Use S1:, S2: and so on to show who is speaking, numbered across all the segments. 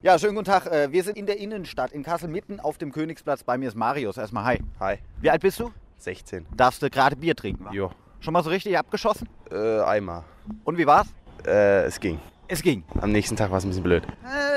S1: Ja, schönen guten Tag. Äh, Wir sind in der Innenstadt in Kassel, mitten auf dem Königsplatz. Bei mir ist Marius. Erstmal hi.
S2: Hi,
S1: Wie alt bist du?
S2: 16.
S1: Darfst du gerade Bier trinken? wa?
S2: Jo,
S1: Schon mal so richtig abgeschossen?
S2: äh, einmal.
S1: Und wie war's?
S2: Äh, es ging.
S1: Es ging.
S2: Am nächsten Tag war es ein bisschen blöd.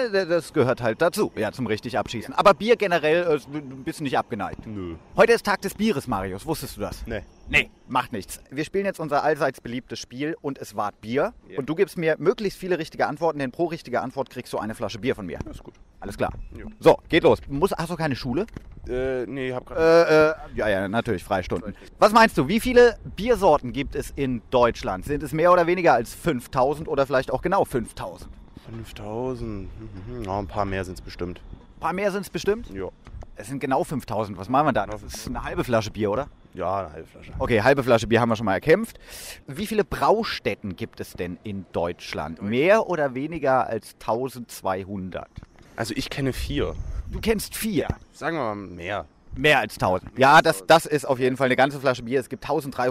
S1: Äh, d- das gehört halt dazu, ja, zum richtig Abschießen. Aber Bier generell äh, ist ein bisschen nicht abgeneigt.
S2: Nö.
S1: Heute ist Tag des Bieres, Marius. Wusstest du das?
S2: Ne.
S1: Nee, macht nichts. Wir spielen jetzt unser allseits beliebtes Spiel und es wart Bier.
S2: Ja.
S1: Und du gibst mir möglichst viele richtige Antworten, denn pro richtige Antwort kriegst du eine Flasche Bier von mir.
S2: Ist gut.
S1: Alles klar.
S2: Jo.
S1: So, geht los. Muss, hast du keine Schule?
S2: Äh, nee, hab grad.
S1: Äh, äh, ja, ja, natürlich, Freistunden. Was meinst du, wie viele Biersorten gibt es in Deutschland? Sind es mehr oder weniger als 5000 oder vielleicht auch genau 5000?
S2: Äh. 5000. Mhm, Ja, ein paar mehr sind's bestimmt.
S1: Ein paar mehr sind es bestimmt?
S2: Jo.
S1: Es sind genau 5000. Was machen wir da? Das ist eine halbe Flasche Bier, oder?
S2: Ja, eine halbe Flasche.
S1: Okay, halbe Flasche Bier haben wir schon mal erkämpft. Wie viele Braustätten gibt es denn in Deutschland? Mehr oder weniger als 1200?
S2: Also ich kenne vier.
S1: Du kennst vier.
S2: Sagen wir mal mehr.
S1: Mehr als 1000. Ja, das, das ist auf jeden Fall eine ganze Flasche Bier. Es gibt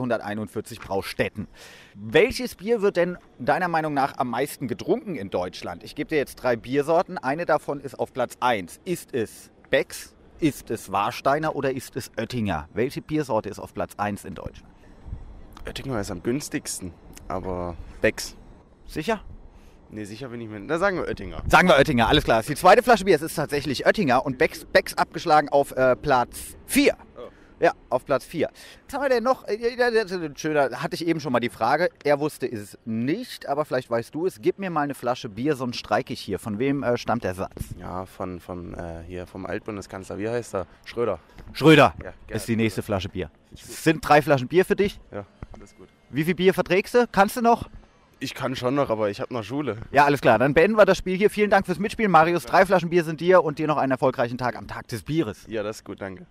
S1: 1341 Braustätten. Welches Bier wird denn deiner Meinung nach am meisten getrunken in Deutschland? Ich gebe dir jetzt drei Biersorten. Eine davon ist auf Platz 1. Ist es Becks? Ist es Warsteiner oder ist es Oettinger? Welche Biersorte ist auf Platz 1 in Deutschland?
S2: Oettinger ist am günstigsten, aber Becks.
S1: Sicher?
S2: Nee, sicher bin ich mir. Da sagen wir Oettinger.
S1: Sagen wir Oettinger, alles klar. Das ist die zweite Flasche Bier. Es ist tatsächlich Oettinger und Becks, Becks abgeschlagen auf äh, Platz 4. Ja, auf Platz 4. Was haben wir denn noch? Äh, ja, das ist ein Schöner, hatte ich eben schon mal die Frage. Er wusste es nicht, aber vielleicht weißt du es. Gib mir mal eine Flasche Bier, sonst streike ich hier. Von wem äh, stammt der Satz?
S2: Ja, von, von äh, hier vom Altbundeskanzler. Wie heißt er? Schröder.
S1: Schröder
S2: Ja, gerne.
S1: ist die nächste Flasche Bier. Es sind drei Flaschen Bier für dich.
S2: Ja, alles gut.
S1: Wie viel Bier verträgst du? Kannst du noch?
S2: Ich kann schon noch, aber ich habe noch Schule.
S1: Ja, alles klar. Dann beenden wir das Spiel hier. Vielen Dank fürs Mitspielen, Marius. Drei Flaschen Bier sind dir und dir noch einen erfolgreichen Tag am Tag des Bieres.
S2: Ja, das ist gut, danke.